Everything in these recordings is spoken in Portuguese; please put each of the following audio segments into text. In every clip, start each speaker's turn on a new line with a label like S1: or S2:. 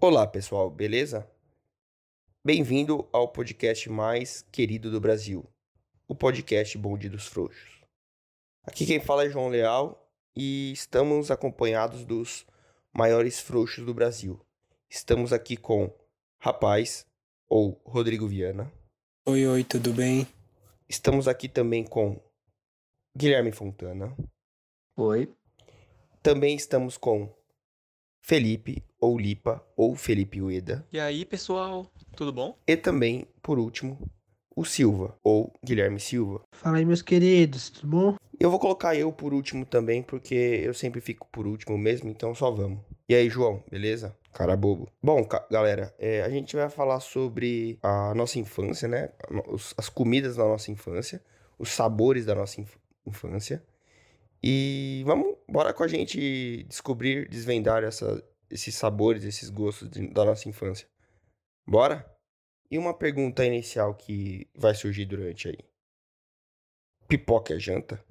S1: Olá, pessoal, beleza? Bem-vindo ao podcast mais querido do Brasil, o podcast Bonde dos Frouxos. Aqui quem fala é João Leal e estamos acompanhados dos maiores frouxos do Brasil. Estamos aqui com Rapaz, ou Rodrigo Viana.
S2: Oi, oi, tudo bem?
S1: Estamos aqui também com Guilherme Fontana.
S3: Oi.
S1: Também estamos com Felipe, ou Lipa, ou Felipe Ueda.
S4: E aí, pessoal, tudo bom?
S1: E também, por último, o Silva, ou Guilherme Silva.
S3: Fala aí, meus queridos, tudo bom?
S1: Eu vou colocar eu por último também, porque eu sempre fico por último mesmo, então só vamos. E aí, João, beleza? Cara bobo. Bom, ca- galera, é, a gente vai falar sobre a nossa infância, né? A no- os- As comidas da nossa infância, os sabores da nossa inf- infância. E vamos, bora com a gente descobrir, desvendar essa- esses sabores, esses gostos de- da nossa infância. Bora? E uma pergunta inicial que vai surgir durante aí. Pipoca é janta?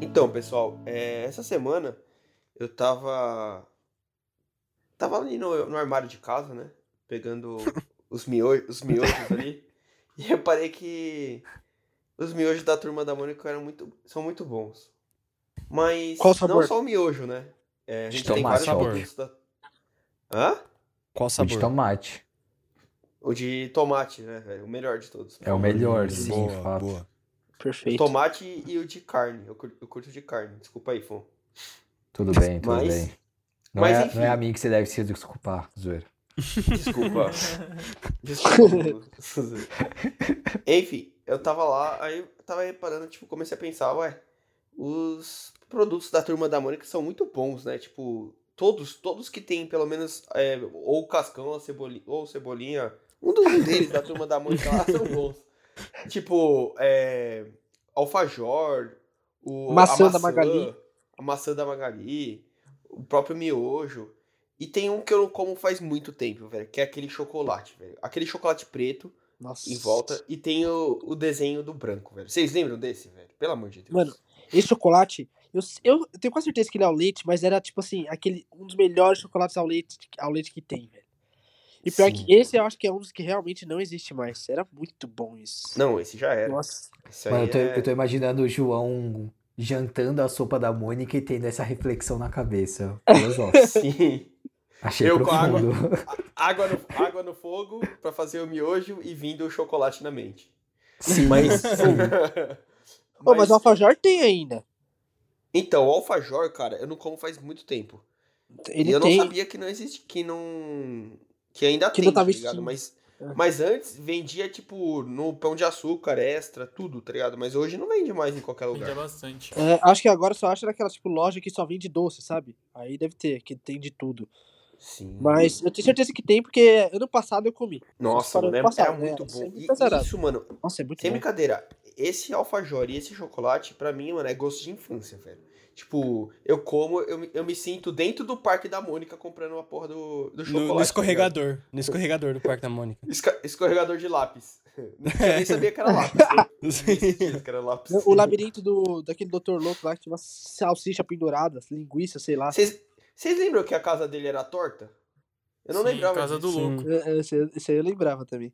S1: Então, pessoal, é, essa semana eu tava. Tava ali no, no armário de casa, né? Pegando os, miojo, os miojos ali. E reparei que os miojos da turma da Mônica eram muito, são muito bons. Mas
S2: Qual sabor?
S1: não só o miojo, né? É, a gente
S3: De
S1: tem
S3: tomate.
S1: vários
S4: Sabor.
S1: produtos da. Hã?
S2: Qual
S3: O de
S2: sabor?
S3: tomate.
S1: O de tomate, né, velho? O melhor de todos.
S3: É o melhor, sim, de
S2: Boa,
S3: fato.
S2: boa.
S1: O
S5: Perfeito.
S1: tomate e o de carne. Eu cur- eu curto o de carne. Desculpa aí, Fon.
S3: Tudo bem, tudo
S1: Mas-
S3: bem. Não,
S1: mas
S3: é,
S1: enfim.
S3: não é a mim que você deve se desculpar, zoeira.
S1: Desculpa. Desculpa. Enfim, eu tava lá, aí eu tava reparando, tipo, comecei a pensar, ué, os produtos da Turma da Mônica são muito bons, né? Tipo, todos, todos que tem pelo menos é, ou o cascão, ou a cebolinha, ou cebolinha, um dos deles da Turma da Mônica lá são bons. Tipo, é, alfajor, o,
S5: Maçã
S1: a
S5: da Magali.
S1: A maçã da Magali, o próprio miojo. E tem um que eu não como faz muito tempo, velho, que é aquele chocolate, velho. Aquele chocolate preto
S5: Nossa.
S1: em volta e tem o, o desenho do branco, velho. Vocês lembram desse, velho? Pelo amor de Deus.
S5: Mano, Esse chocolate, eu, eu tenho quase certeza que ele é ao leite, mas era tipo assim, aquele um dos melhores chocolates ao leite, ao leite que tem, velho. E pior
S1: Sim.
S5: que esse eu acho que é um dos que realmente não existe mais. Era muito bom isso.
S1: Não, esse já era.
S5: Nossa.
S1: Esse aí
S3: Mano, eu tô,
S1: é-
S3: eu tô imaginando o João jantando a sopa da Mônica e tendo essa reflexão na cabeça. Filosófico.
S1: Sim.
S3: Achei
S1: Eu com a água.
S3: profundo.
S1: Água no, água no fogo pra fazer o miojo e vindo o chocolate na mente.
S3: Sim,
S1: Mas.
S3: sim.
S5: Mas... mas o alfajor tem ainda.
S1: Então, o alfajor, cara, eu não como faz muito tempo.
S5: Ele
S1: e eu
S5: tem.
S1: não sabia que não existe, que não. Que ainda
S5: Que
S1: tem,
S5: não
S1: tá
S5: tava
S1: ligado?
S5: extinto.
S1: Mas,
S5: É.
S1: mas antes vendia, tipo, no pão de açúcar, extra, tudo, tá ligado? Mas hoje não vende mais em qualquer lugar.
S4: Vendia bastante.
S5: É, acho que agora só acha naquela tipo loja que só vende doce, sabe? Aí deve ter, que tem de tudo.
S1: Sim.
S5: Mas eu tenho certeza que tem, porque ano passado eu comi.
S1: Nossa,
S5: Parou
S1: mano,
S5: de
S1: é,
S5: passar,
S1: era
S5: né?
S1: muito
S5: Isso é
S1: bom. E,
S5: muito exagerado.
S1: isso, mano,
S5: Nossa, é muito
S1: sem
S5: bom.
S1: brincadeira, esse alfajor e esse chocolate, pra mim, mano, é gosto de infância, velho. Tipo, eu como, eu, me- eu me sinto dentro do parque da Mônica comprando uma porra do, do chocolate.
S2: No, no
S1: tá
S2: escorregador. No escorregador do Parque da Mônica.
S1: ligado? Esca- escorregador de lápis. Eu nem sabia que era lápis. né? Nem sabia que era lápis.
S5: Não, O labirinto do, daquele Dr. Louco lá que tinha uma salsicha pendurada, linguiça, sei lá.
S1: Vocês vocês lembram que a casa dele era torta? Eu não
S4: Sim,
S1: lembrava.
S4: Casa do
S1: disso.
S2: Sim.
S4: Louco.
S5: É, é, Esse esse aí eu lembrava também.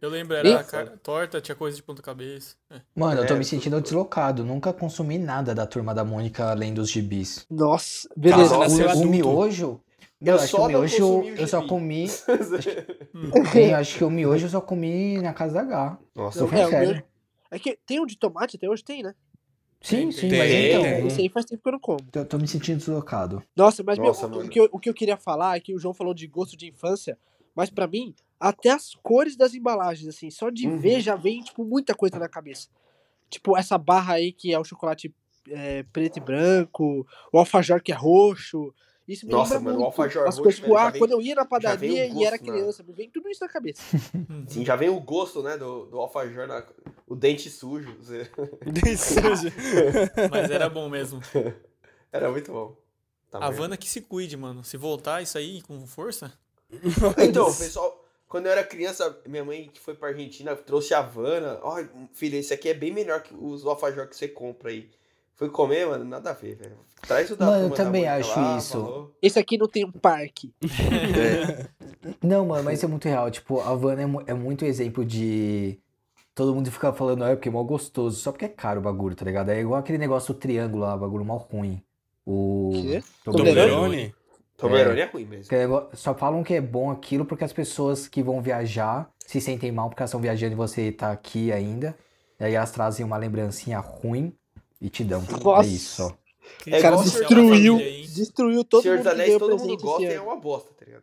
S4: Eu lembro, era
S1: Ih.
S4: ca- torta, tinha coisa de ponta cabeça.
S3: Mano, eu tô
S1: É,
S3: me sentindo
S1: tô-
S3: deslocado. Nunca consumi nada da turma da Mônica além dos gibis.
S5: Nossa, beleza.
S2: Cara,
S3: O-
S2: nasceu
S3: o,
S2: adulto.
S3: miojo?
S1: é Eu
S3: Eu, acho que
S1: só
S3: o
S1: não
S3: miojo
S1: consumi o
S3: eu só
S1: gibi.
S3: comi.
S4: Hum.
S3: Eu acho que o miojo eu só comi na casa da H.
S1: Nossa,
S3: Tô
S5: Não,
S1: eu
S5: é, o
S3: falando sério.
S5: miojo- É que tem um de tomate até hoje? Tem, né?
S3: Sim,
S4: Tem,
S3: sim,
S2: tem,
S3: mas
S2: tem,
S3: então.
S2: tem.
S5: Esse aí faz tempo que eu não como.
S3: Eu tô me sentindo deslocado.
S5: Nossa, mas meu,
S1: Nossa,
S5: o-
S1: mano.
S5: o, que eu, o que eu queria falar é que o João falou de gosto de infância, mas pra mim, até as cores das embalagens, assim, só de
S1: Uhum.
S5: ver já vem, tipo, muita coisa na cabeça. Tipo, essa barra aí que é o chocolate é, preto e branco, o alfajor que é roxo. Isso me
S1: Nossa,
S5: lembra
S1: mano, o
S5: muito
S1: alfajor
S5: as
S1: roxo,
S5: coisas, tipo,
S1: velho, já
S5: ah,
S1: vem-
S5: quando eu ia na
S1: vem o
S5: padaria e
S1: gosto
S5: era
S1: na-
S5: criança, me vem tudo isso na cabeça.
S1: Sim, assim, já vem o gosto, né, do, do alfajor, na, o dente sujo.
S2: Desse hoje.
S4: Mas era bom mesmo.
S1: Era muito bom. Tá
S4: a
S1: vendo?
S4: Wanda que se cuide, mano. Se voltar isso aí com força.
S1: Então, o pessoal, quando eu era criança, minha mãe que foi pra Argentina trouxe a Havana. Ó, filho, esse aqui é bem melhor que os alfajor que você compra aí. Fui comer, mano, nada a ver, velho. Traz o da
S3: Mano, eu
S1: turma da
S3: também
S1: Mônica
S3: acho
S1: lá,
S3: isso. É.
S1: falou.
S5: Esse aqui não tem um parque.
S3: Não, mano, mas isso é muito real. Tipo, a Havana é, mu- é muito exemplo de. Todo mundo fica falando, ah, é porque é mó gostoso. Só porque é caro o bagulho, tá ligado? É igual aquele negócio do triângulo lá, bagulho mal ruim. O.
S5: Quê?
S3: Toblerone.
S2: Toblerone?
S1: Toblerone é. ruim mesmo.
S3: Aquele negó- Só falam que é bom aquilo porque as pessoas que vão viajar se sentem mal porque elas estão viajando e você tá aqui ainda. E aí elas trazem uma lembrancinha ruim e te dão.
S5: Nossa.
S3: É isso. ó.
S1: É
S5: o cara
S1: igual
S4: Nossa,
S1: Senhor
S5: destruiu,
S4: é uma família, hein?
S5: destruiu todo
S1: Senhor
S5: mundo
S1: dos
S5: que
S1: Anéis,
S5: ganhou
S1: todo mundo
S5: presente
S1: gosta e
S5: esse
S1: é
S5: ano.
S1: uma bosta, tá ligado?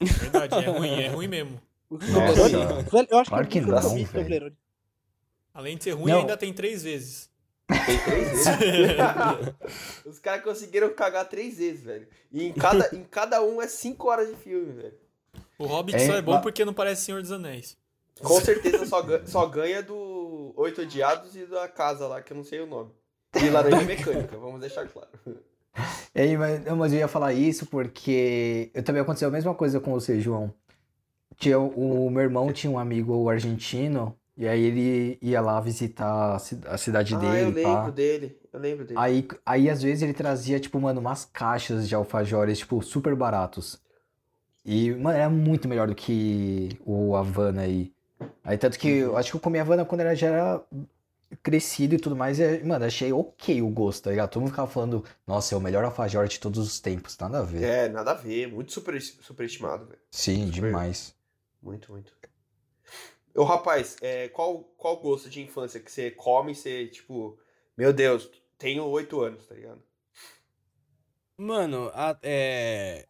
S4: Verdade, é ruim, é ruim mesmo.
S5: O
S3: Nossa.
S5: Toblerone? Velho, eu acho
S3: Claro
S5: que eu
S3: que
S5: nunca
S1: não,
S5: comi
S3: velho.
S5: Toblerone.
S4: Além de ser ruim,
S3: Não.
S4: ainda tem três vezes.
S1: Tem três vezes. Os caras conseguiram cagar três vezes, velho. E em cada, em cada um é cinco horas de filme, velho.
S4: O Hobbit
S3: É,
S4: só é bom
S3: mas-
S4: porque não parece Senhor dos Anéis.
S1: Com certeza só, ga- só ganha do Oito Odiados e da casa lá, que eu não sei o nome. E Laranja Mecânica, vamos deixar claro.
S3: É, mas, não, mas eu ia falar isso porque eu também aconteceu a mesma coisa com você, João. Tinha, o, o meu irmão tinha um amigo argentino e aí ele ia lá visitar a, ci- a cidade
S1: Ah, eu
S3: dele,
S1: lembro
S3: pá.
S1: dele. Eu lembro dele.
S3: Aí, aí às vezes ele trazia, tipo, mano, umas caixas de alfajores, tipo, super baratos. E, mano, era muito melhor do que o Havana aí. Aí tanto que eu acho que eu comi Havana quando era, já era crescido e tudo mais. E, mano, achei ok o gosto, tá ligado? Todo mundo ficava falando, nossa, é o melhor alfajor de todos os tempos. Nada a ver.
S1: É, nada a ver. Muito super, superestimado, velho.
S3: Sim, demais.
S1: Muito, muito. Ô, rapaz, é, qual, qual gosto de infância que você come e você, tipo... Meu Deus, tenho oito anos, tá ligado?
S2: Mano, a- é...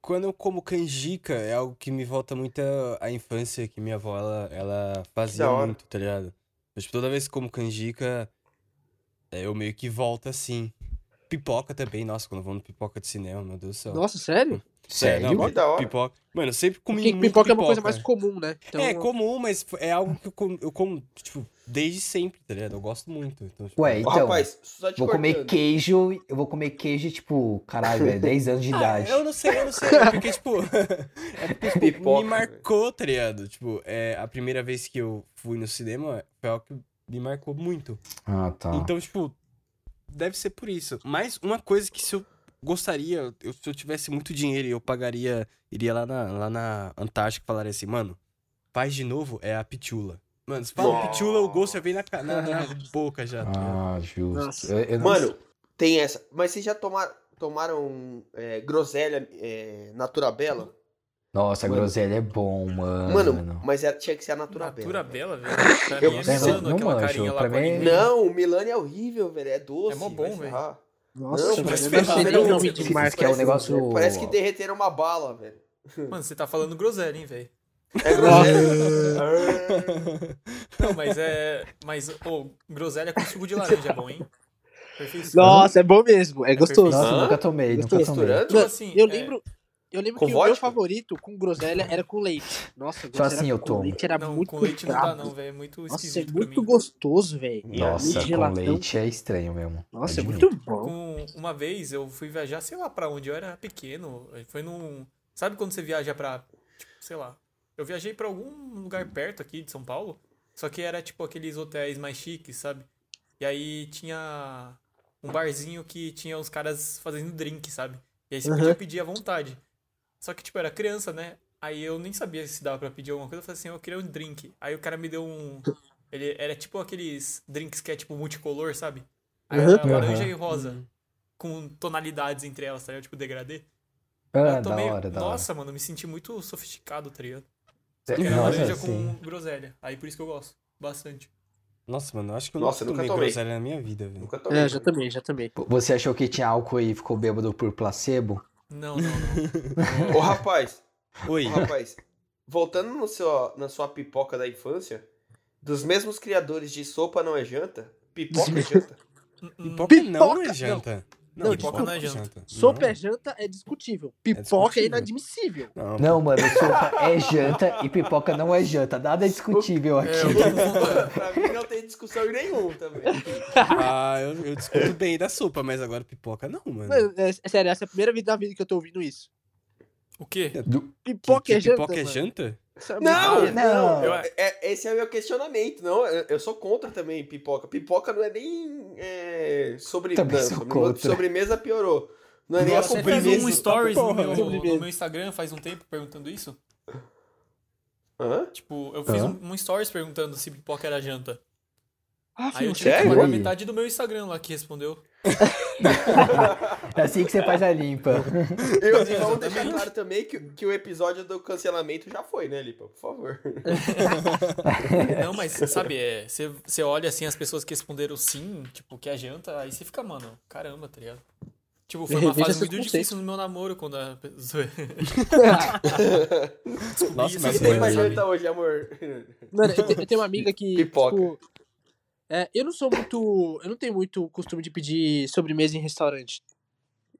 S2: Quando eu como canjica, é algo que me volta muito à à infância, que minha avó, ela, ela fazia
S1: da hora.
S2: muito, tá ligado? Mas tipo, toda vez que como canjica, é, eu meio que volto assim. Pipoca também, nossa, quando eu vou no pipoca de cinema, meu Deus do céu.
S5: Nossa, sério?
S2: Sério?
S3: Sério?
S1: Que da hora.
S2: Pipoca. Mano, eu sempre comi
S5: Porque
S2: muito
S5: pipoca é uma coisa
S2: pipoca.
S5: mais comum, né? Então,
S2: É comum, mas é algo que eu como, eu como, tipo, desde sempre, tá ligado? Eu gosto muito. Então, tipo,
S3: Ué,
S1: Ô,
S3: então,
S1: rapaz, só te
S3: vou comer
S1: cortando.
S3: queijo, eu vou comer queijo, tipo, caralho, velho, 10 anos de
S2: Ah,
S3: idade.
S2: eu não sei, eu não sei. É porque, tipo. é porque, tipo,
S1: Pipoca,
S2: me marcou, tá ligado? Tipo, é, a primeira vez que eu fui no cinema foi algo que me marcou muito.
S3: Ah, tá.
S2: Então, tipo, deve ser por isso. Mas uma coisa que se eu gostaria, eu- se eu tivesse muito dinheiro e eu pagaria, iria lá na, lá na Antártica e falaria assim, mano, faz de novo, é a pitula. Mano, se fala
S1: Nossa.
S2: pitula, o gosto já vem na, ca- na, na boca já. tá ligado?
S3: Ah, justo.
S5: Nossa.
S3: Eu- eu não
S1: Mano, tem essa. Mas vocês já tomaram, tomaram é, groselha é, Naturabela?
S3: Nossa,
S1: Mano.
S3: groselha é bom,
S5: Ah,
S3: mano.
S1: Mano, mas era- tinha que ser a Naturabela.
S4: Natura
S1: velho.
S4: bela, velho. Pra
S1: Eu-
S4: mim é
S1: Não,
S4: Milano,
S3: não
S4: aquela
S3: manjo,
S4: carinha lá
S3: pra
S4: com a
S3: mim-
S4: linguinha.
S1: Não, o Milani é horrível, velho. É doce.
S4: É mó
S1: vai
S4: bom,
S1: se
S4: velho.
S1: ferrar.
S5: Nossa,
S1: Não,
S5: velho,
S4: parece
S5: eu
S4: ferrado,
S5: não sei nem o
S4: né?
S5: nome
S4: Isso-
S5: de
S4: isso
S5: marca.
S3: Parece que é um
S1: parece-
S3: negócio.
S1: Parece que derreteram uma bala, velho.
S4: Mano, você tá falando groselha, hein, velho.
S1: É groselha.
S4: Não, mas é. Mas, ô, groselha com suco de laranja é bom, hein? Perfeição.
S5: Nossa, é bom mesmo, é gostoso.
S3: Nossa,
S1: Hã?
S3: nunca tomei, nunca
S5: Gostoso.
S3: tomei.
S1: Misturando?
S4: Tipo assim.
S5: Eu
S4: é,
S5: lembro, eu lembro
S1: Com
S5: que o
S1: vodka?
S5: meu favorito com groselha era com leite. Nossa,
S3: Só
S5: groselha
S3: assim eu
S5: com
S3: tomo.
S5: leite era
S4: não,
S5: muito
S4: com leite não dá,
S5: brabo.
S4: não, velho. É muito
S5: Nossa, é
S4: esquisito
S5: muito
S4: pra mim.
S5: gostoso, velho.
S3: Nossa,
S5: Leite
S3: com
S5: gelatão.
S3: leite é estranho mesmo.
S5: Nossa, é
S3: Admito.
S5: muito bom.
S4: Com- uma vez eu fui viajar, sei lá pra onde, eu era pequeno. Foi num. Sabe quando você viaja pra. Tipo, sei lá. Eu viajei pra algum lugar perto aqui de São Paulo. Só que era tipo aqueles hotéis mais chiques, sabe? E aí tinha um barzinho que tinha os caras fazendo drink, sabe? E aí você podia
S5: Uhum.
S4: pedir à vontade. Só que, tipo, eu era criança, né? Aí eu nem sabia se dava pra pedir alguma coisa. Eu falei assim, eu queria um drink. Aí o cara me deu um. Ele era tipo aqueles drinks que é tipo multicolor, sabe? Aí
S5: Uhum.
S4: era laranja
S3: Uhum.
S4: e rosa. Com tonalidades entre elas, tá ligado? Tipo degradê. Aí
S3: Ah,
S4: eu
S3: da
S4: tomei.
S3: hora, da hora.
S4: Nossa, mano, eu me senti muito sofisticado, tá ligado?
S3: É,
S4: Que era
S3: nossa,
S4: laranja
S3: sim.
S4: com groselha. Aí por isso que eu gosto. Bastante.
S2: Nossa, mano, eu acho que eu
S1: Nossa,
S2: nunca
S1: nunca
S2: tomei
S1: tomei.
S2: groselha na minha vida, velho.
S1: Nunca tomei.
S5: É, já também, já também.
S3: Você achou que tinha álcool e ficou bêbado por placebo?
S4: Não, não, não.
S1: Ô, rapaz.
S2: Oi.
S1: Ô, rapaz. Voltando no seu, na sua pipoca da infância, dos mesmos criadores de sopa não é janta, pipoca é janta.
S4: Hum, hum.
S2: Pipoca não é
S5: Pipoca,
S2: janta.
S5: Não,
S2: pipoca
S5: desculpa.
S4: não é janta.
S5: Sopa é janta é discutível. Pipoca é,
S2: discutível.
S5: inadmissível.
S2: Não,
S3: Não, mano, sopa é janta e pipoca não é janta. Nada é discutível
S4: É,
S3: aqui.
S4: eu-
S1: pra mim não tem discussão nenhuma também.
S2: Ah, eu, eu discuto bem da sopa, mas agora pipoca não, mano.
S5: Mano, é, é sério, essa é a primeira vez da vida que eu tô ouvindo isso.
S4: o quê?
S5: Pipoca
S2: Que- que
S5: é janta.
S2: pipoca é
S5: mano.
S2: janta?
S5: Isso é
S1: Não,
S5: mentira.
S1: não.
S3: não.
S1: eu- é- esse é o meu questionamento. Não, eu, eu sou contra também pipoca. Pipoca não é nem é, sobre,
S3: Também
S1: não,
S3: sou
S1: sobre-
S3: contra.
S1: sobremesa piorou. Não é nem a
S4: Nossa, você fez
S1: sobremesa.
S4: um stories no
S5: Porra,
S4: meu,
S5: sobremesa.
S4: no meu Instagram faz um tempo perguntando isso.
S1: Hã?
S4: Tipo, eu fiz
S3: Hã?
S4: um, um stories perguntando se pipoca era janta.
S5: Ah,
S4: Aí
S5: filho,
S4: eu tive que
S1: sério?
S4: pagar metade do meu Instagram lá que respondeu.
S3: É assim que você faz a limpa.
S1: Eu, e vamos deixar claro também que, que o episódio do cancelamento já foi, né, Lipa? Por favor.
S4: Não, mas sabe, é, você você olha assim as pessoas que responderam sim, tipo, que é janta, aí você fica, mano, caramba, tá ligado? Tipo, foi uma
S5: Reveja
S4: fase
S5: seus
S4: muito
S5: conceitos.
S4: difícil no meu namoro quando a pessoa.
S3: É,
S2: Nossa,
S1: O
S2: mas
S1: que tem
S2: foi, um
S1: pra
S4: mais
S2: mano.
S1: janta hoje, amor?
S5: Mano, eu, te- eu tenho uma amiga que.
S1: Pipoca.
S5: tipo, é, eu não sou muito. Eu não tenho muito costume de pedir sobremesa em restaurante.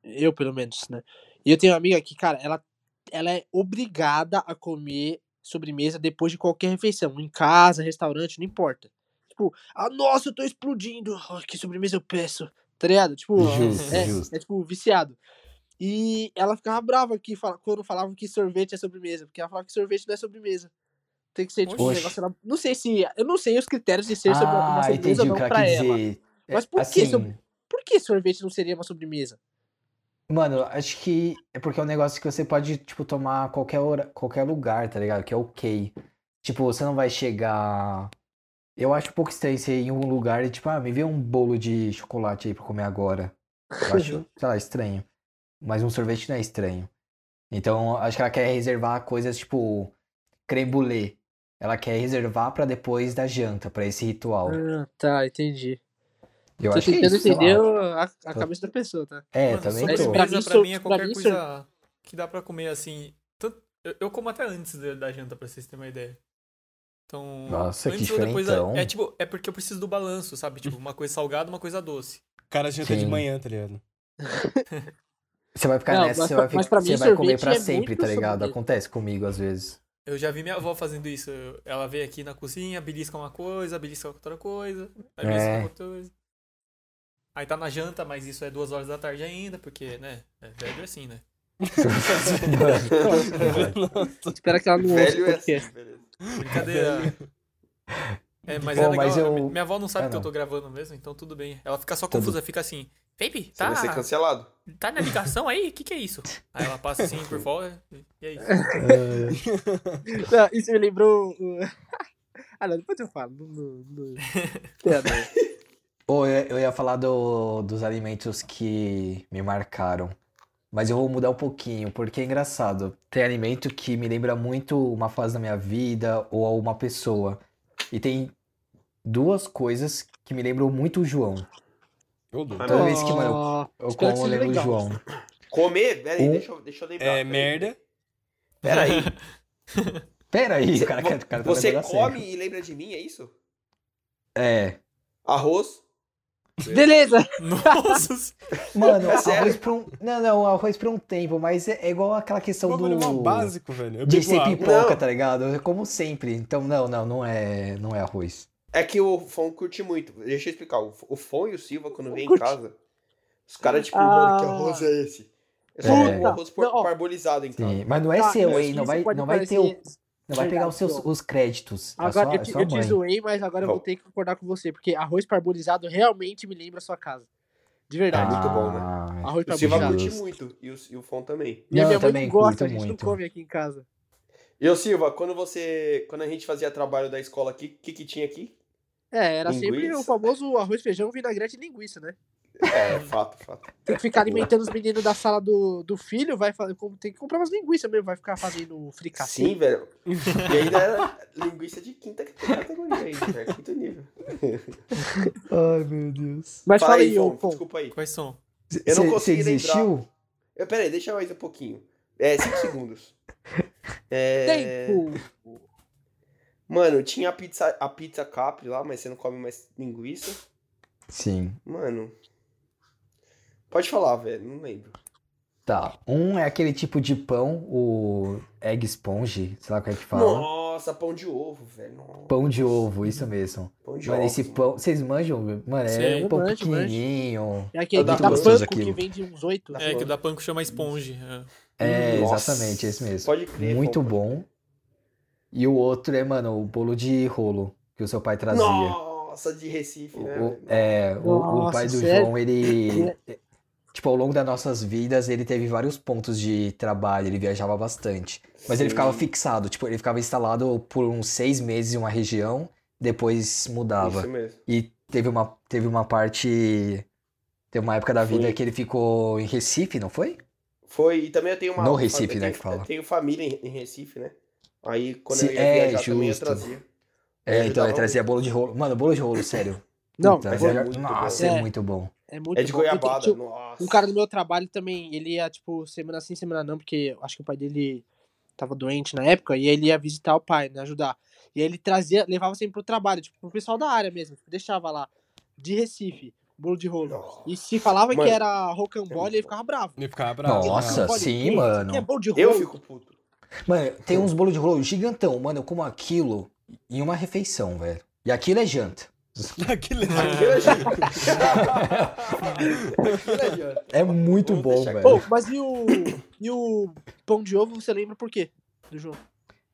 S5: Eu, pelo menos, né? E eu tenho uma amiga que, cara, ela, ela é obrigada a comer sobremesa depois de qualquer refeição. Em casa, restaurante, não importa. Tipo, ah, nossa, eu tô explodindo. Ah, que sobremesa eu peço? Tá ligado? Tipo,
S3: Justo,
S5: é,
S3: justo.
S5: é tipo, viciado. E ela ficava brava que fala, quando falavam que sorvete é sobremesa, porque ela falava que sorvete não é sobremesa. Tem que ser, tipo, um
S3: Oxe.
S5: negócio. Ela... Não sei se. Eu não sei os critérios de ser sobre uma
S3: Ah,
S5: sobremesa
S3: entendi
S5: ou
S3: o
S5: não
S3: que ela
S5: pra
S3: quer
S5: ela.
S3: dizer. É assim,
S5: Mas por que sobre- Por que sorvete não seria uma sobremesa?
S3: Mano, acho que é porque é um negócio que você pode, tipo, tomar a qualquer hora, qualquer lugar, tá ligado? Que é ok. Tipo, você não vai chegar. Eu acho um pouco estranho você ir em um lugar e, tipo, ah, me vê um bolo de chocolate aí pra comer agora. Eu acho, sei lá, estranho. Mas um sorvete não é estranho. Então, acho que ela quer reservar coisas tipo creme brulee. Ela quer reservar pra depois da janta, pra esse ritual.
S5: Ah, tá, entendi.
S3: Eu
S5: Você
S3: acho que é
S5: tentando
S3: isso, sei lá.
S5: entender a, a cabeça da pessoa, tá?
S3: É,
S4: Mano,
S3: também
S5: mas
S3: tô.
S5: pra
S4: sobremesa
S5: mim,
S4: pra,
S5: so-
S4: mim é
S5: pra
S4: qualquer
S5: mim,
S4: coisa que dá pra comer assim. tanto- eu, eu como até antes da, da janta, pra vocês terem uma ideia. Então,
S3: Nossa, que
S4: antes ou depois da-
S3: diferentão.
S4: é tipo, é porque eu preciso do balanço, sabe? Tipo, uma coisa salgada, uma coisa doce.
S2: O cara janta de
S3: Sim.
S2: manhã, tá ligado?
S3: Você vai ficar
S5: Não,
S3: nessa,
S5: mas
S3: você
S5: pra-
S3: vai, fi-
S5: mas pra
S3: você
S5: mim,
S3: vai comer
S5: sorvete
S3: pra
S5: é
S3: sempre,
S5: muito
S3: tá ligado?
S5: sobremesa.
S3: Acontece comigo às vezes.
S4: Eu já vi minha avó fazendo isso. Eu- Ela vem aqui na cozinha, belisca uma coisa, belisca outra coisa, aí belisca
S3: É.
S4: outra coisa. Aí tá na janta, mas isso é duas horas da tarde ainda, porque, né? É velho assim, né?
S5: Espera que ela não ouça o
S1: Velho é
S5: podcast.
S1: assim, beleza.
S4: Brincadeira. É, mas é
S3: Bom,
S4: legal.
S3: mas eu-
S4: mi- Minha avó não sabe
S3: Ah,
S4: que eu
S3: não.
S4: tô gravando mesmo, então tudo bem. Ela fica só
S3: Tudo.
S4: confusa, fica assim,
S1: Você
S4: baby, tá,
S1: vai ser cancelado.
S4: tá na ligação aí? O que que é isso? Aí ela passa assim por fora e- e é isso.
S3: assim.
S5: Não, isso me lembrou. uh, ah, não, depois eu falo. Não, não, não. É, não.
S3: Ou eu, eu ia falar do- dos alimentos que me marcaram. Mas eu vou mudar um pouquinho, porque é engraçado. Tem alimento que me lembra muito uma fase da minha vida ou uma pessoa. E tem duas coisas que me lembram muito o João.
S2: Eu dou.
S1: Mas-
S3: Toda vez que, um mano,
S5: Ó,
S3: eu, eu
S5: espero que
S3: como, eu
S5: seja
S3: lembro do
S5: legal.
S3: João.
S1: Comer? Peraí,
S3: Um-
S1: deixa, eu- deixa eu lembrar.
S2: É
S1: peraí.
S2: merda.
S1: Peraí.
S3: Pera aí, o cara,
S1: Vo-
S3: o cara tá
S1: você
S3: lembrando a sério.
S1: come e lembra de mim, é isso?
S3: É.
S1: Arroz?
S5: Beleza!
S4: Nossa,
S3: Mano,
S1: É sério?
S3: arroz por um. Não, não, arroz por um tempo, mas é é igual aquela questão
S2: O bagulho é mal
S3: do.
S2: básico, velho. Eu
S3: De
S2: bebo
S3: ser
S2: água.
S3: pipoca,
S1: Não.
S3: tá ligado? Eu como sempre. Então, não, não, não é, não é arroz.
S1: É que o Fon curte muito. Deixa eu explicar. O F- o Fon e o Silva, quando vem em
S5: Curte.
S1: casa, os caras, tipo,
S5: Ah.
S1: mano, que arroz é esse? Eu só
S3: É.
S1: como arroz por-
S5: Não, ó.
S1: parbolizado então. em casa.
S3: Sim, mas não é
S5: Tá,
S3: seu,
S5: isso-
S3: hein? Não
S5: isso
S3: vai,
S5: pode
S3: não vai ter o,
S5: parecer-
S3: não vai pegar os
S5: Verdade,
S3: seus os créditos. É
S5: Agora,
S3: só,
S5: eu,
S3: é
S5: te,
S3: só
S5: eu
S3: a
S5: te
S3: mãe.
S5: zoei, mas agora eu vou
S1: Bom.
S5: ter que concordar com você, porque arroz parbolizado realmente me lembra a sua casa. De verdade.
S1: muito bom, né?
S3: Ah,
S5: Arroz
S1: O Silva
S5: parbolizado.
S3: Justo.
S1: curte muito. E o, e o Fon também.
S5: E a minha
S3: Não, eu
S5: mãe não
S3: também
S5: gosta,
S3: curto
S5: a gente não
S3: muito.
S5: come aqui em casa.
S1: E o Silva, quando você. Quando a gente fazia trabalho da escola aqui, o que, que tinha aqui?
S5: É, era sempre
S1: Linguiça.
S5: o famoso arroz, feijão, vinagrete e linguiça, né?
S1: É, fato, fato.
S5: Tem que ficar alimentando os meninos da sala do, do filho, vai fa- com- tem que comprar umas linguiças mesmo, vai ficar fazendo fricassê.
S1: Sim, velho. E ainda era linguiça de quinta categoria ainda, velho. Quinto nível.
S3: Ai, meu Deus.
S5: Mas fala aí, ô
S1: Fon.
S5: Fon.
S1: Desculpa aí.
S4: quais são?
S1: Eu não
S3: Cê- cê
S1: consegui lembrar.
S3: desistiu?
S1: Eu, peraí, deixa mais um pouquinho. É, 5 segundos. É,
S5: Tempo!
S1: Mano, tinha a pizza, a pizza Capri lá, mas você não come mais linguiça.
S3: Sim.
S1: Mano. Pode falar, velho. Não lembro.
S3: Tá. Um é aquele tipo de pão, o egg sponge, sei lá como é que fala.
S1: Nossa, pão de ovo, velho. Nossa,
S3: Pão de ovo, isso mesmo.
S1: Pão de
S3: Mano,
S1: ovo.
S3: esse pão. Vocês manjam? Mano, é
S4: Sim.
S3: um pão
S5: Manjo, manjo.
S3: pequenininho.
S5: É aquele
S1: Tá
S5: da
S3: gostoso
S5: Panko que
S3: aquilo.
S5: vende uns oito.
S1: Tá
S4: É, que
S1: bom.
S4: o da Panko chama esponge. é.
S3: É,
S1: Nossa.
S3: exatamente, esse mesmo.
S1: Pode crer.
S3: Muito
S1: pão.
S3: bom. E o outro é, mano, o bolo de rolo que o seu pai trazia.
S1: Nossa, de Recife,
S3: O-
S1: né?
S3: o-
S1: velho?
S3: é, o, o
S5: Nossa,
S3: pai do
S5: sério?
S3: João, ele. Tipo, ao longo das nossas vidas, ele teve vários pontos de trabalho, ele viajava bastante. Mas ele
S1: Sim.
S3: ficava fixado, tipo, ele ficava instalado por uns seis meses em uma região, depois mudava.
S1: Isso mesmo.
S3: E teve uma, teve uma parte. Teve uma época da vida
S1: Foi.
S3: que ele ficou em Recife, não foi?
S1: Foi, e também eu tenho uma.
S3: No Recife,
S1: eu
S3: né,
S1: tenho-
S3: que fala.
S1: Eu tenho família em, em Recife, né? Aí quando
S3: Se-
S1: eu ia
S3: é,
S1: viajar também eu
S3: justo.
S1: trazia. Ele
S3: É, então ele
S1: dava
S3: trazia bolo de rolo. Mano, bolo de rolo, sério.
S5: Não,
S3: Puta,
S1: mas
S3: velho,
S1: é muito
S3: nossa,
S5: bom.
S3: é
S5: É.
S3: muito bom.
S5: é muito
S1: É de
S5: bom. Eu tenho-
S1: goiabada.
S5: tinha-
S1: Nossa.
S5: Um cara do meu trabalho também, ele ia, tipo, semana sim, semana não, porque eu acho que o pai dele tava doente na época, e aí ele ia visitar o pai, né, ajudar. E aí ele trazia, levava sempre pro trabalho, tipo, pro pessoal da área mesmo, tipo, deixava lá, de Recife, bolo de rolo.
S1: Nossa.
S5: E se falava
S1: Mano,
S5: que era rocambole, ele ficava bravo.
S2: Ele ficava bravo.
S3: Nossa,
S5: Rocambole,
S3: sim,
S5: que-
S3: mano.
S5: que É bolo de rolo.
S1: Eu fico puto.
S3: Mano, tem uns bolos de rolo gigantão, mano. Eu como aquilo em uma refeição, velho. E aquilo é janta.
S2: Aquele...
S1: Aquilo é janta. Aquilo é janta.
S3: É muito
S1: Vamos
S3: bom,
S1: deixar
S3: velho.
S5: Ô, mas e o, e o pão de ovo, você lembra por quê? Do João.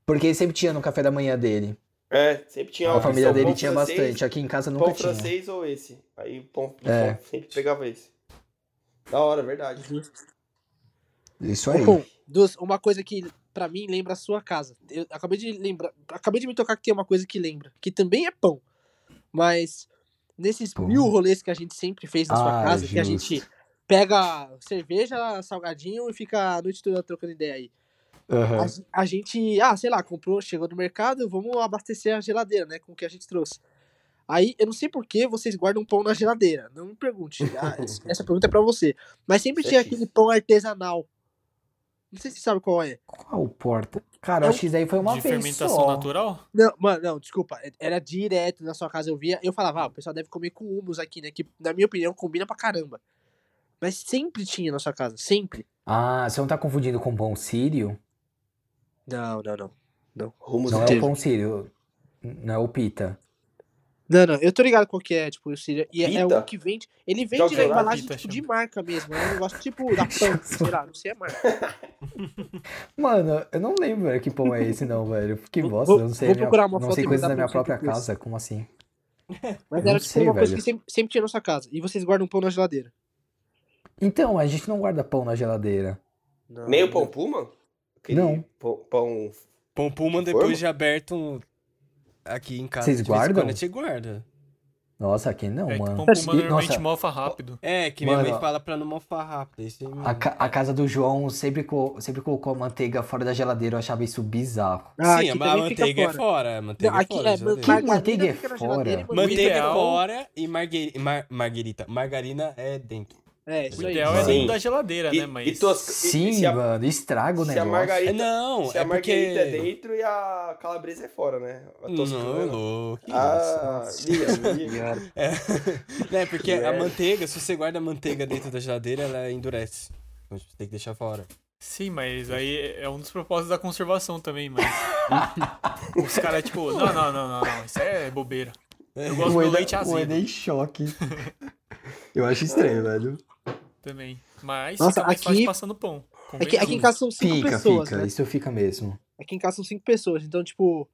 S3: Porque ele sempre tinha no café da manhã dele.
S1: É, sempre tinha
S3: A
S1: uma
S3: família
S1: opção,
S3: dele
S1: pão
S3: tinha
S1: francês,
S3: bastante. Aqui em casa nunca
S1: Pão
S3: tinha.
S1: francês ou esse. Aí pão,
S3: É.
S1: pão sempre pegava esse. Da hora, verdade.
S2: Uhum.
S3: Isso aí.
S5: Bom, duas, uma coisa que pra mim lembra a sua casa. Eu acabei de lembrar, acabei de me tocar que tem uma coisa que lembra, que também é pão. Mas nesses
S3: Pão.
S5: mil rolês que a gente sempre fez na sua
S3: Ah,
S5: casa, que a
S3: justo.
S5: gente pega cerveja, salgadinho e fica a noite toda trocando ideia aí.
S3: Aham.
S5: A, gen- a gente, ah, sei lá, comprou, chegou no mercado, vamos abastecer a geladeira, né, com o que a gente trouxe. Aí, eu não sei por que vocês guardam pão na geladeira. Não me pergunte. ah, es- essa pergunta é pra você. Mas sempre
S1: Isso é
S5: tinha
S1: difícil.
S5: aquele pão artesanal. Não sei se você sabe qual é.
S3: Qual porta?
S1: É
S3: Cara, eu acho que isso aí foi uma
S4: de
S3: vez
S4: fermentação
S3: só.
S4: natural?
S5: Não, mano, não, desculpa. é, Era direto na sua casa, eu via. Eu falava, ah, o pessoal deve comer com humus aqui, né? Que, na minha opinião, combina pra caramba. Mas sempre tinha na sua casa, sempre.
S3: Ah, você não tá confundindo com pão sírio?
S5: Não, não, não.
S1: Rumos
S3: Não é
S5: Teve.
S3: o pão sírio. Não é o pita.
S5: Não, não, eu tô ligado qual que é, tipo, o Síria. E é, é
S1: Pita?
S5: um que vende. Ele
S1: Joga
S5: vende
S1: lá,
S5: na embalagem,
S4: Pita,
S5: tipo, de marca mesmo. É um negócio tipo da Pan, sei lá, não sei a marca.
S3: Mano, eu não lembro velho, que pão é esse não, velho. Que
S5: Vou-
S3: bosta, eu não sei.
S5: vou
S3: a minha-
S5: procurar uma
S3: não
S5: foto
S3: sei
S5: e
S3: coisas
S5: mandar
S3: da minha
S5: pra você
S3: própria
S5: depois.
S3: casa, como assim?
S5: Mas
S3: Eu
S5: era
S3: não
S5: tipo
S3: sei,
S5: uma coisa
S3: velho.
S5: que sempre, sempre tinha na sua casa. E vocês guardam pão na geladeira.
S3: Então, a gente não guarda pão na geladeira.
S5: Não,
S1: Meio
S5: não.
S1: pão puma? Aquele
S3: Não.
S1: Pão, pão-
S2: Pão Pullman,
S1: Forma?
S2: depois de aberto aqui em casa.
S3: Vocês
S2: de vez em
S3: guardam?
S2: quando A gente guarda.
S3: Nossa, aqui não,
S4: é que
S3: mano.
S4: pão puma
S3: E,
S4: normalmente
S3: nossa,
S4: mofa rápido.
S2: É, que minha
S3: Mano,
S2: mãe fala pra não mofar rápido. Isso aí mesmo.
S3: a, ca- a casa do João sempre, co- sempre colocou a manteiga fora da geladeira. Eu achava isso bizarro.
S5: Ah,
S2: Sim,
S5: aqui
S2: a
S5: também fica
S2: manteiga é
S5: fora.
S2: fora. A manteiga
S5: Não,
S2: é
S5: aqui
S2: fora.
S5: é
S2: da geladeira.
S3: Que
S5: margarina
S3: manteiga é
S5: fica na
S3: fora?
S5: geladeira e manteiga-
S2: Manteiga é
S4: ideal-
S2: fora e marguerita, mar, marguerita. Margarina é dentro.
S5: É, isso
S4: O
S5: aí.
S4: ideal é
S1: Sim.
S4: dentro da geladeira,
S1: E-
S4: né? Mas.
S1: e tosca-
S3: Sim,
S1: e se a-
S3: mano, estraga o
S1: se a
S3: negócio.
S1: margarina-
S2: É, não,
S1: tá- Se
S2: é
S1: a margarita é
S2: porque...
S1: dentro e a calabresa é fora, né? A
S2: Não,
S1: toscana.
S2: louco. que
S1: Ah, Liam, Liam.
S2: É, né, porque
S1: É.
S2: a manteiga, se você guarda a manteiga dentro da geladeira, ela endurece. Então tipo, tem que deixar fora.
S4: Sim, mas aí é um dos propósitos da conservação também, mas. Os caras, tipo, não, não, não, não, não, isso é bobeira. Eu gosto
S3: O
S4: do
S3: Eden-
S4: leite
S3: O
S4: azedo
S3: Eden em choque. Eu acho estranho, velho.
S4: também. Mas
S5: Nossa,
S4: fica mais
S5: aqui-
S4: fácil passando pão.
S5: É que- aqui em
S4: convenhamos.
S5: casa são cinco
S3: Fica,
S5: pessoas,
S3: fica.
S5: né?
S3: Isso fica mesmo.
S5: Aqui em casa são cinco pessoas, então, tipo,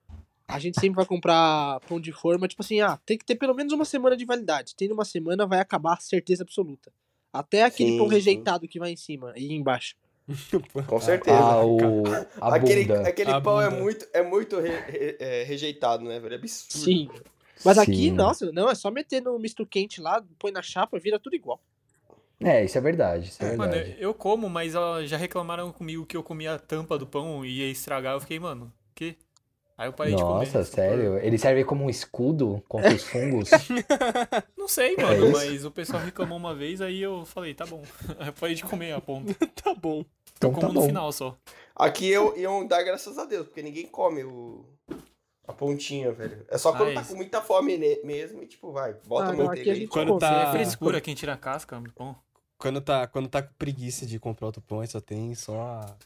S5: a gente sempre vai comprar pão de forma, tipo assim, ah, tem que ter pelo menos uma semana de validade. Tendo uma semana, vai acabar a certeza absoluta. Até aquele
S1: Sim,
S5: pão
S1: sim.
S5: rejeitado que vai em cima e embaixo.
S1: Com certeza.
S3: Ah, o... A
S1: aquele
S3: bunda.
S1: aquele
S2: A
S1: pão é
S2: bunda.
S1: muito, é muito re- re- é, rejeitado, né, velho? É absurdo.
S5: Sim. Mas aqui,
S3: Sim.
S5: nossa, não, é só meter no misto quente lá, põe na chapa, vira tudo igual.
S3: É, isso é verdade, isso é
S4: Mano,
S3: verdade.
S4: eu como, mas ó, já reclamaram comigo que eu comia a tampa do pão e ia estragar. Eu fiquei, mano, que? Aí eu parei de comer.
S3: Nossa, sério? Ele serve como um escudo contra os fungos?
S4: Não sei,
S3: É
S4: mano,
S3: isso?
S4: mas o pessoal reclamou uma vez, aí eu falei, tá bom. Aí eu parei de comer a ponta.
S2: Tá bom.
S3: Então
S4: Como
S3: tá
S4: no
S3: bom.
S4: final só.
S1: Aqui eu iam dar graças a Deus, porque ninguém come o... a pontinha, velho. É só quando
S4: Ah,
S1: tá
S4: isso.
S1: com muita fome ne- mesmo e, tipo, vai, bota
S5: Ah,
S1: a
S5: não,
S1: manteiga
S5: aqui a
S1: aí.
S5: gente
S2: Quando
S5: come.
S2: tá-
S4: É frescura quem tira a casca do pão.
S2: Quando tá, quando tá com preguiça de comprar outro pão, aí só tem só a-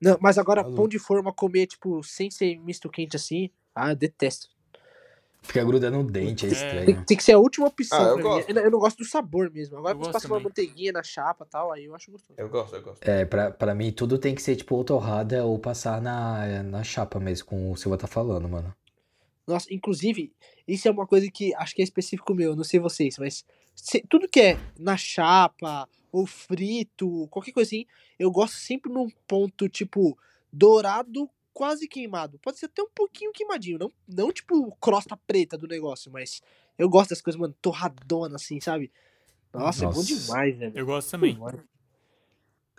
S5: Não, mas agora
S2: Maluco.
S5: pão de forma comer, tipo, sem ser misto quente assim, ah, eu detesto.
S3: Fica grudando o dente, é
S4: É.
S5: Tem,
S3: estranho.
S5: tem que ser a última opção
S1: Ah, eu
S5: pra
S1: gosto.
S5: mim. Eu, eu não gosto do sabor mesmo. Agora
S4: Eu
S5: você
S4: gosto
S5: passa uma
S4: também.
S5: manteiguinha na chapa e tal, aí eu acho gostoso.
S1: Eu gosto, eu gosto.
S3: É, pra, pra mim tudo tem que ser tipo ou torrada ou passar na, na chapa mesmo, como o Silva tá falando, mano.
S5: Nossa, inclusive, isso é uma coisa que acho que é específico meu, não sei vocês, mas se- tudo que é na chapa ou frito, qualquer coisa assim, eu gosto sempre num ponto, tipo, dourado, quase queimado. Pode ser até um pouquinho queimadinho, não, não tipo crosta preta do negócio, mas eu gosto das coisas, mano, torradona assim, sabe? Nossa, é bom
S3: Nossa.
S5: demais, né? velho?
S4: Eu gosto também.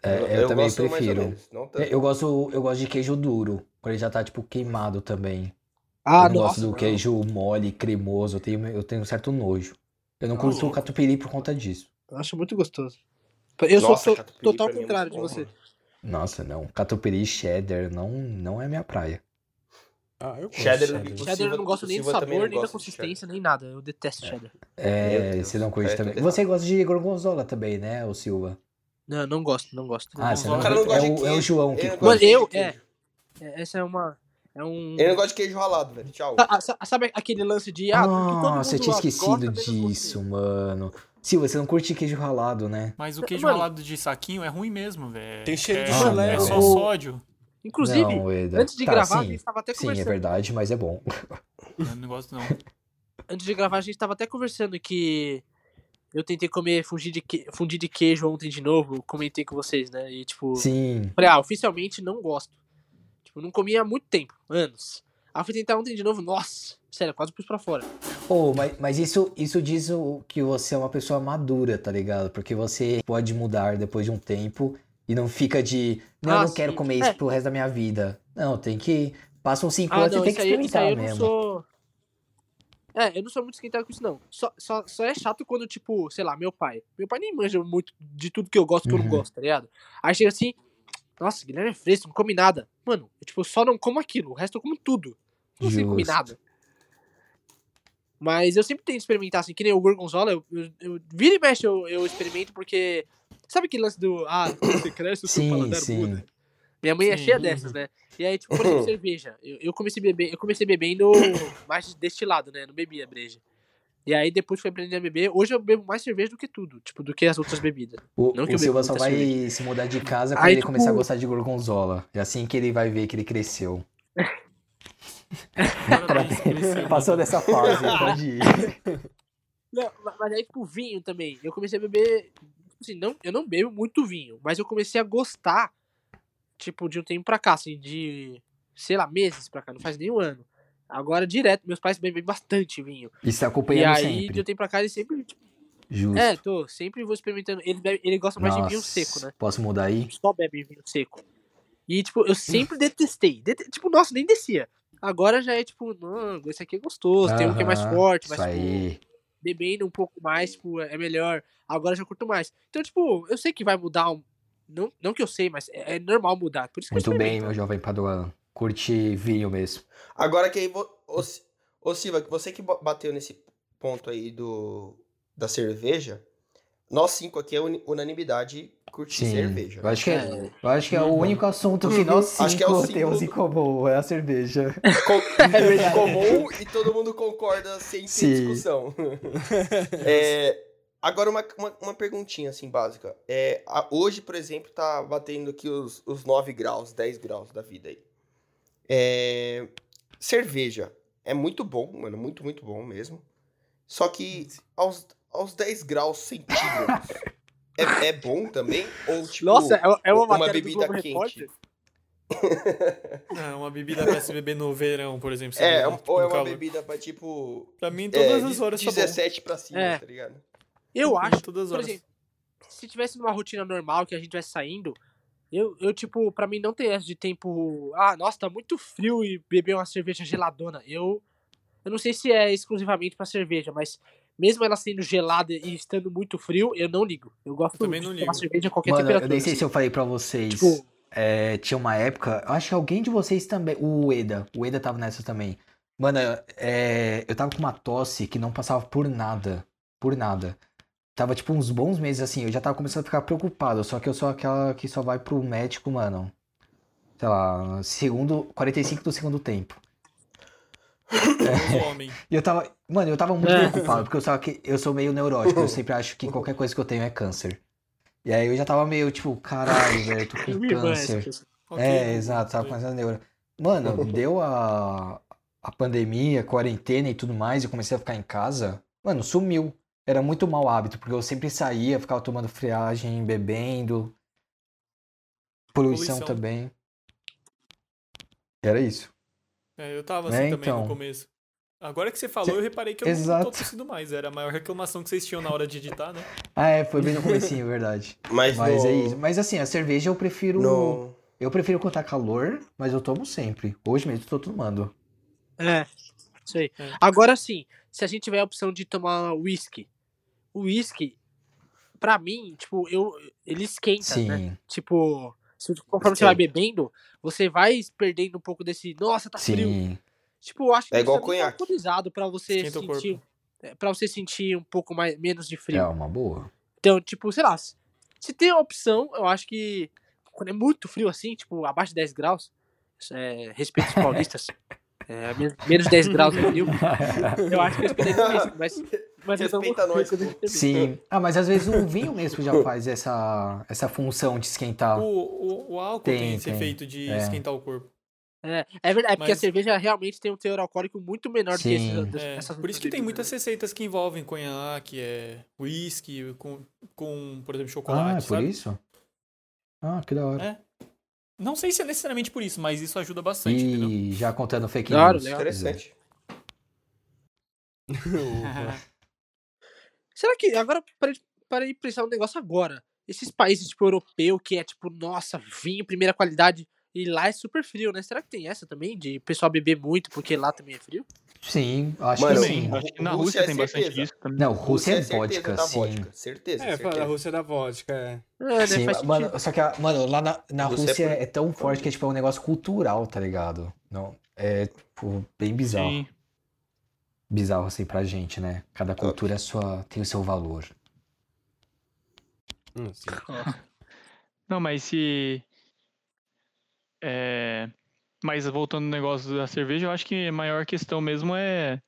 S3: É, eu, também
S1: gosto mais ou
S3: prefiro.
S1: menos, não tanto.
S3: É, Eu gosto, eu gosto de queijo duro, quando ele já tá tipo queimado também.
S5: Ah,
S3: eu não gosto do
S5: mano.
S3: queijo mole, cremoso, eu tenho, eu tenho um certo nojo. Eu não
S4: Ah,
S3: curto
S4: louco.
S3: catupiry por conta disso.
S5: Eu acho muito gostoso. Eu sou
S1: Nossa,
S5: to-
S1: catupiry
S5: total
S1: pra mim é
S5: contrário de
S1: muito bom,
S5: você.
S1: mano.
S3: Nossa, não. Catupiry cheddar não, não é minha praia.
S2: Ah, eu gosto.
S1: Cheddar
S2: de
S1: do Bico.
S5: Cheddar eu não
S1: Silva-
S5: gosto
S1: o
S5: nem do
S1: Silva também
S5: sabor,
S1: não
S5: nem da
S1: gosta de É.
S5: consistência, nem nada. Eu detesto cheddar.
S1: Meu
S3: É,
S1: Deus,
S3: você não curte
S1: cara,
S3: também.
S1: tudo
S3: Você gosta de gorgonzola também, né, o Silva?
S5: Não, não gosto, não gosto.
S3: Ah, você
S4: Gorgonzola.
S3: não,
S4: O cara não
S3: curte-
S1: gosta
S3: é,
S1: de
S3: o, é o
S1: queijo.
S3: João que
S1: Eu não
S3: curte.
S1: gosto de
S5: eu-
S1: queijo.
S5: É, Essa é uma. É um.
S1: Eu não gosto de queijo ralado, velho. Tchau.
S5: Ah, ah, sa- Sabe aquele lance de. Ah, porque todo
S3: Nossa, eu
S5: mundo
S3: tinha
S5: gosta,
S3: esquecido
S5: menos você.
S3: disso, mano. Silva, você não curte queijo ralado, né?
S4: Mas o queijo
S5: Mano.
S4: ralado de saquinho é ruim mesmo, velho.
S2: Tem cheiro de
S4: é,
S3: chulé,
S4: É só
S3: velho.
S4: sódio.
S5: Inclusive,
S3: não, Eda.
S5: antes de
S3: Tá,
S5: gravar, a
S3: sim,
S5: gente tava até
S3: sim, é
S5: conversando.
S3: verdade, mas é bom.
S4: Eu não gosto, não.
S5: antes de gravar, a gente tava até conversando que. Eu tentei comer fundir de, que... fundir de queijo ontem de novo, comentei com vocês, né? E tipo.
S3: Sim,
S5: Falei, ah, oficialmente não gosto. Tipo, não comia há muito tempo, anos. Aí eu fui tentar ontem de novo, nossa, sério, quase pus pra fora.
S3: Oh, mas, mas isso, isso diz o, que você é uma pessoa madura, tá ligado? Porque você pode mudar depois de um tempo e não fica de, não, eu
S5: Ah,
S3: não quero
S5: sim.
S3: comer isso
S5: É.
S3: pro resto da minha vida. Não, tem que. Passam cinco
S5: Ah,
S3: anos,
S5: não,
S3: você tem que
S5: isso aí, isso
S3: experimentar
S5: aí eu não
S3: mesmo.
S5: sou. É, eu não sou muito esquentado com isso, não. Só, só, só é chato quando, tipo, sei lá, meu pai. Meu pai nem manja muito de tudo que eu gosto que eu não
S3: Uhum.
S5: gosto, tá ligado? Aí chega assim, nossa, Guilherme é fresco, não come nada. Mano, eu, tipo, só não como aquilo, o resto eu como tudo. Não sei comer
S3: Justo.
S5: nada. Mas eu sempre tento experimentar, assim, que nem o Gorgonzola, eu, eu, eu vira e mexe eu, eu experimento, porque. Sabe aquele lance do. Ah, quando você cresce, o seu
S3: Sim,
S5: paladar
S3: sim.
S5: muda. Minha mãe é
S4: Sim.
S5: cheia dessas, né? E aí, tipo, por exemplo, cerveja. Eu, eu comecei bebendo, eu comecei bebendo mais destilado, né? Não bebia breja. E aí depois fui aprendendo a beber. Hoje eu bebo mais cerveja do que tudo, tipo, do que as outras bebidas.
S3: O,
S5: Não que
S3: o
S5: eu
S3: Silva
S5: beba
S3: só
S5: muita
S3: vai se mudar de casa quando
S5: Aí,
S3: ele começar a
S5: tipo-
S3: gostar de gorgonzola. É assim que ele vai ver que ele cresceu.
S4: Parabéns, cresceu.
S3: Passou dessa fase, pode ir.
S5: Não, ma- mas aí, tipo, vinho também. Eu comecei a beber. Assim, não, eu não bebo muito vinho, mas eu comecei a gostar, tipo, de um tempo pra cá, assim, de. sei lá, meses pra cá, não faz nem um ano. Agora, direto, meus pais bebem bastante vinho.
S3: E
S5: E
S3: se acompanhando
S5: aí, de
S3: sempre.
S5: um tempo pra cá, eles sempre.
S3: Justo.
S5: É, tô, sempre vou experimentando. Ele, bebe- ele gosta mais de vinho
S3: Nossa,
S5: seco, né?
S3: Posso mudar aí?
S5: só bebe vinho seco. E, tipo, eu sempre detestei. Dete- Tipo, nossa, nem descia. Agora já é tipo, não, esse aqui é gostoso, tem um que é mais
S3: Aham,
S5: forte,
S3: Isso
S5: mas tipo,
S3: aí.
S5: bebendo um pouco mais, tipo, é melhor. Agora eu já curto mais. Então, tipo, eu sei que vai mudar. um- Não, não que eu sei, mas é é normal mudar. Por isso que
S3: Muito
S5: eu
S3: bem,
S5: experimento.
S3: meu jovem Paduan. Curte vinho mesmo.
S1: Agora que aí. vo- Ô, Si- ô, Silva, você que ba- bateu nesse ponto aí do. Da cerveja. Nós cinco aqui é uni- unanimidade curtir
S3: Sim.
S1: cerveja.
S3: Eu acho que é,
S5: É.
S3: eu acho que é o único assunto que nós cinco
S1: Acho que é o cinco-
S3: temos em comum, é a cerveja.
S1: Com-
S3: verdade.
S1: comum e todo mundo concorda sem ter
S3: Sim.
S1: discussão. É, agora, uma, uma, uma perguntinha assim, básica. É, a- hoje, por exemplo, tá batendo aqui os, os 9 graus, 10 graus da vida aí. É, cerveja é muito bom, mano, muito, muito bom mesmo. Só que aos, aos 10 graus centígrados é, é bom também? Ou tipo.
S5: Nossa, é, é uma,
S1: uma
S5: matéria do
S1: bebida
S5: Globo
S1: quente.
S5: Repórter?
S4: É, uma bebida pra se beber no verão, por exemplo. se
S1: é,
S4: beber, tipo,
S1: ou é
S4: no
S1: uma
S4: calor.
S1: bebida pra tipo.
S4: Pra mim,
S1: É,
S4: todas
S1: de-
S4: as horas tá bom.
S1: 17 pra cima,
S5: É.
S1: tá ligado?
S5: Eu
S4: Pra mim,
S5: acho
S4: Todas as
S5: Por
S4: horas.
S5: exemplo, se tivesse numa rotina normal que a gente tivesse saindo, eu, eu tipo, pra mim não tem essa de tempo. Ah, nossa, tá muito frio e beber uma cerveja geladona. Eu. Eu não sei se é exclusivamente pra cerveja, mas mesmo ela sendo gelada e estando muito frio, eu não ligo. Eu gosto
S4: Também
S5: de
S4: não
S5: tomar
S4: ligo.
S5: cerveja a qualquer
S3: Mano, eu
S5: temperatura. assim.
S3: nem sei se eu falei pra vocês.
S5: Tipo,
S3: É, tinha uma época, eu acho que alguém de vocês também, o Eda, o Eda tava nessa também. Mano, é, eu tava com uma tosse que não passava por nada, por nada. Tava, tipo, uns bons meses assim. Eu já tava começando a ficar preocupado. Só que eu sou aquela que só vai pro médico, mano. Sei lá, segundo, 45 do segundo tempo.
S4: Todo homem.
S3: E eu tava. Mano, eu tava muito
S5: É.
S3: preocupado, porque eu, só que eu sou meio neurótico. Eu sempre acho que qualquer coisa que eu tenho é câncer. E aí eu já tava meio, tipo, caralho, velho, eu tô
S5: Eu
S3: com
S5: me
S3: câncer.
S5: conheço.
S4: Ok.
S3: É, exato, tava começando a neura. Mano, deu a, a pandemia, quarentena e tudo mais, eu comecei a ficar em casa. Mano, sumiu. Era muito mau hábito, porque eu sempre saía, ficava tomando friagem, bebendo. Poluição
S4: Poluição.
S3: também. Era isso.
S4: É, eu tava
S3: Né,
S4: assim também
S3: então.
S4: no começo. Agora que você falou,
S3: Cê-
S4: eu reparei que eu não tô
S3: Exato.
S4: tossindo mais. Era a maior reclamação que vocês tinham na hora de editar, né?
S3: Ah, é, foi bem no comecinho, verdade.
S1: Mas,
S3: Mas
S1: no,
S3: é isso. Mas assim, a cerveja eu prefiro.
S1: No...
S3: Eu prefiro quando tá calor, mas eu tomo sempre. Hoje mesmo tô tomando.
S5: É, isso aí.
S4: É.
S5: Agora sim, se a gente tiver a opção de tomar whisky, o whisky, pra mim, tipo, eu, ele esquenta,
S1: Então,
S5: né?
S3: Sim.
S5: Tipo, se- conforme você vai bebendo, você vai perdendo um pouco desse. Nossa, tá frio.
S3: Sim.
S5: Tipo, eu acho que
S1: É igual
S5: isso muito
S1: conhaque.
S5: alcoolizado pra você
S4: Esquenta o corpo.
S5: sentir. é, Pra você sentir um pouco mais, menos de frio.
S3: É uma boa.
S5: Então, tipo, sei lá, se se tem a opção, eu acho que quando é muito frio assim, tipo, abaixo de 10 graus, isso é, respeito aos paulistas, é, men- menos de 10 graus é frio, eu acho que eu escolheria o whisky, mas, mas eu tomo
S1: Respeita nós,
S5: whisky quando eu bebi.
S3: Sim. Ah, mas às vezes o vinho mesmo já faz essa, essa função de esquentar.
S4: O, o, o álcool tem,
S3: Ah. Tem,
S4: esse
S3: tem.
S4: efeito de
S3: É.
S4: esquentar o corpo.
S5: É, é verdade, é porque
S4: Mas-
S5: a cerveja realmente tem um teor alcoólico muito menor do que
S3: Sim.
S5: esses,
S4: É,
S5: essas
S4: por isso que
S5: outras
S4: tem muitas
S5: bebidas,
S4: receitas que envolvem conhaque, é whisky, com, com por exemplo,
S3: Ah,
S4: chocolate,
S3: é por
S4: sabe?
S3: isso? Ah, que da hora.
S4: É, Não sei se é necessariamente por isso, mas isso ajuda bastante, entendeu?
S3: E já contando fake
S5: Claro,
S3: news.
S5: legal.
S1: Interessante.
S3: é.
S2: Opa.
S5: né? Será que, agora, para para ir pensar um negócio agora, esses países, tipo, europeu, que é, tipo, nossa, vinho, primeira qualidade, e lá é super frio, né? Será que tem essa também, de o pessoal beber muito porque lá também é frio?
S3: Sim, acho
S1: Mano,
S3: que
S1: sim.
S3: sim.
S6: Acho que na
S1: Rússia
S6: Rússia
S1: é
S6: tem bastante
S1: certeza.
S6: disso também.
S3: Não, Rússia é vodka,
S1: certeza da
S3: sim.
S1: vodka. Certeza,
S2: É, fala
S1: certeza.
S2: da Rússia da vodka, é.
S5: É, né? Faz
S3: Sim, ma-
S5: sentido.
S3: mano, só que, a- mano, lá na, na
S1: Rússia é
S3: Rússia
S1: por-
S3: é tão forte que é tipo é um negócio cultural, tá ligado? Não, é tipo, bem bizarro.
S6: Sim.
S3: Bizarro assim pra gente, né? Cada cultura é sua, tem o seu valor.
S2: Hum, sim.
S6: Não, mas se. É... Mas voltando no negócio da cerveja, eu acho que a maior questão mesmo é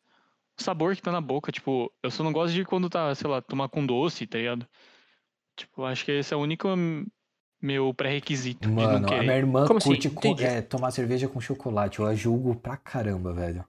S6: o sabor que tá na boca. Tipo, eu só não gosto de quando tá, sei lá, tomar com doce, tá ligado? Tipo, acho que esse é o único hum, meu pré-requisito de não
S3: Mano, a
S6: querer.
S3: minha irmã
S5: Como assim?
S3: curte co-
S5: Entendi.
S3: é, tomar cerveja com chocolate. Eu a julgo pra caramba, velho.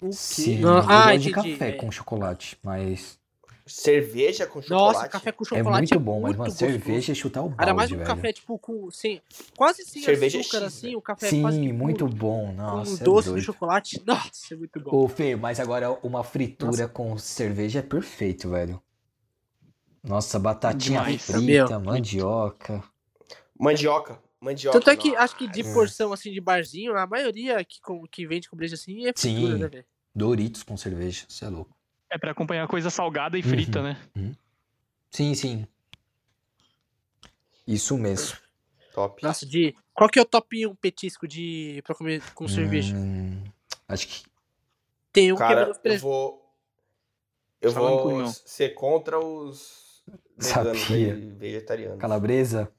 S2: O quê?
S3: Sim,
S5: Não,
S3: eu
S5: ah,
S3: gosto de
S5: entendi,
S3: café
S5: é.
S3: com chocolate, mas
S1: Cerveja com chocolate.
S5: Nossa, café com
S3: é
S5: chocolate.
S3: muito bom. Mas,
S5: muito
S3: mano,
S5: gostoso.
S3: cerveja é chutar o
S5: Ainda mais
S3: balde,
S5: um
S3: velho.
S5: café, tipo, com. Sem, quase sem
S1: Cerveja é
S5: açúcar,
S1: X,
S5: assim,
S1: velho.
S5: o café é quase.
S3: Sim,
S5: que
S3: muito
S5: puro,
S3: bom.
S5: com
S3: Nossa, é
S5: doce de
S3: doido.
S5: chocolate. Nossa, é muito bom.
S3: Ô, Fê, mas agora uma fritura com cerveja é perfeito, velho. Nossa, batatinha
S6: Demais.
S3: frita,
S5: Meu.
S3: mandioca.
S1: Mandioca. Mandioca.
S5: Tanto é que
S1: nossa.
S5: acho que de porção assim de barzinho, a maioria que, com, que vende com breja assim é
S3: Sim.
S5: fritura, né, velho?
S3: Doritos com cerveja, você é louco.
S6: É pra acompanhar coisa salgada e frita,
S3: Uhum.
S6: né?
S3: Sim, sim. Isso mesmo.
S1: Top.
S5: Nossa, de. Qual que é o top 1 petisco de. pra comer
S3: É.
S5: com cerveja?
S3: Hum, acho que
S5: Tem um que é
S1: Cara,
S5: menos
S1: eu
S5: presente.
S1: vou. Eu
S6: Salame com
S1: vou
S6: limão.
S1: ser contra os veganos
S3: Sabia.
S1: e vegetarianos.
S3: calabresa.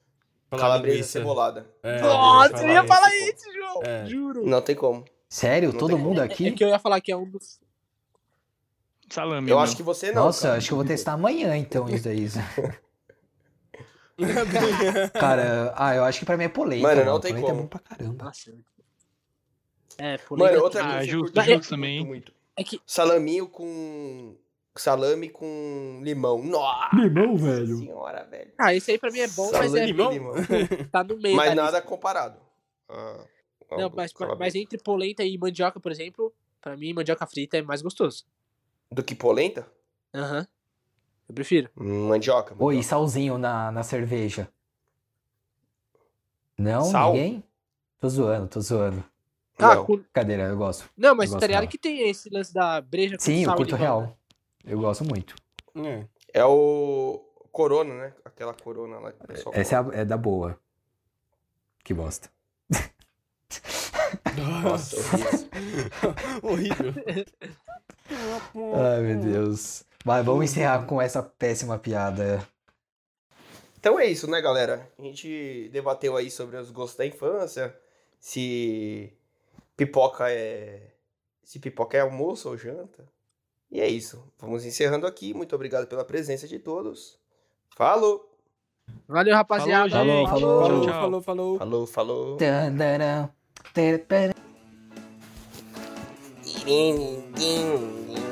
S2: Falar
S1: Calabresa
S2: linguiça.
S1: cebolada.
S2: É,
S5: Nossa,
S2: deixa
S5: eu ia
S2: falar
S5: falar
S1: isso,
S5: isso, João.
S2: É.
S5: Juro.
S1: Não tem como.
S3: Sério?
S1: Não
S3: Todo
S1: tem
S3: mundo
S5: É
S3: aqui?
S5: que eu ia falar que é um dos.
S6: Salame.
S1: Eu
S6: meu.
S1: acho que você não.
S3: Nossa,
S1: cara.
S3: acho que eu vou testar amanhã então isso daí.
S5: É,
S3: Cara, ah, eu acho que pra mim é polenta.
S1: Mano, não
S3: mano.
S1: tem
S3: polenta é
S1: como.
S3: bom pra caramba.
S5: Nossa. É, polenta.
S1: Mano, outra
S6: Ah,
S1: coisa. que eu
S6: justo,
S1: curto
S6: justo
S1: muito,
S6: também.
S1: muito, muito.
S5: É que-
S1: Salaminho com. Salame com limão. Nossa!
S3: Limão,
S1: Senhora, velho.
S5: Ah, esse aí pra mim é bom, mas é,
S1: Salame com limão.
S5: tá no meio.
S1: Mas
S5: da
S1: nada
S5: lista.
S1: comparado. Ah, ao
S5: Não,
S1: do
S5: mas,
S1: calabresa.
S5: mas entre polenta e mandioca, por exemplo, pra mim mandioca frita é mais gostoso.
S1: Do que polenta?
S5: Aham. Eu prefiro.
S1: Hum, Mandioca.
S3: Oi, e
S1: mandioca.
S3: salzinho na, na cerveja. Não?
S1: Sal?
S3: Ninguém? Tô zoando, tô zoando.
S5: Ah,
S1: Não.
S5: com-
S3: Cadeira, eu gosto.
S5: Não, mas
S3: Eu
S5: tá
S3: gosto
S5: ligado
S3: dela.
S5: que tem esse lance da breja com
S3: Sim,
S5: sal
S3: eu
S5: e
S3: curto
S5: limão, né?
S3: real. Eu gosto muito.
S2: É.
S1: É o Corona, né? Aquela Corona lá. que o pessoal
S3: Essa é, a- é da boa. Que bosta.
S1: fala. Nossa, horrível.
S2: horrível.
S3: Hum. Ai, meu Deus. Vai, vamos encerrar com essa péssima piada.
S1: Então é isso, né, galera? A gente debateu aí sobre os gostos da infância, se pipoca é se pipoca é almoço ou janta. E é isso. Vamos encerrando aqui. Muito obrigado pela presença de todos. Falou.
S5: Valeu, rapaziada.
S3: Falou, falou.
S2: Falou,
S6: Tchau, tchau.
S2: falou, falou.
S1: Falou, falou.
S3: Tandarão, tarapá.
S1: Din, din, din.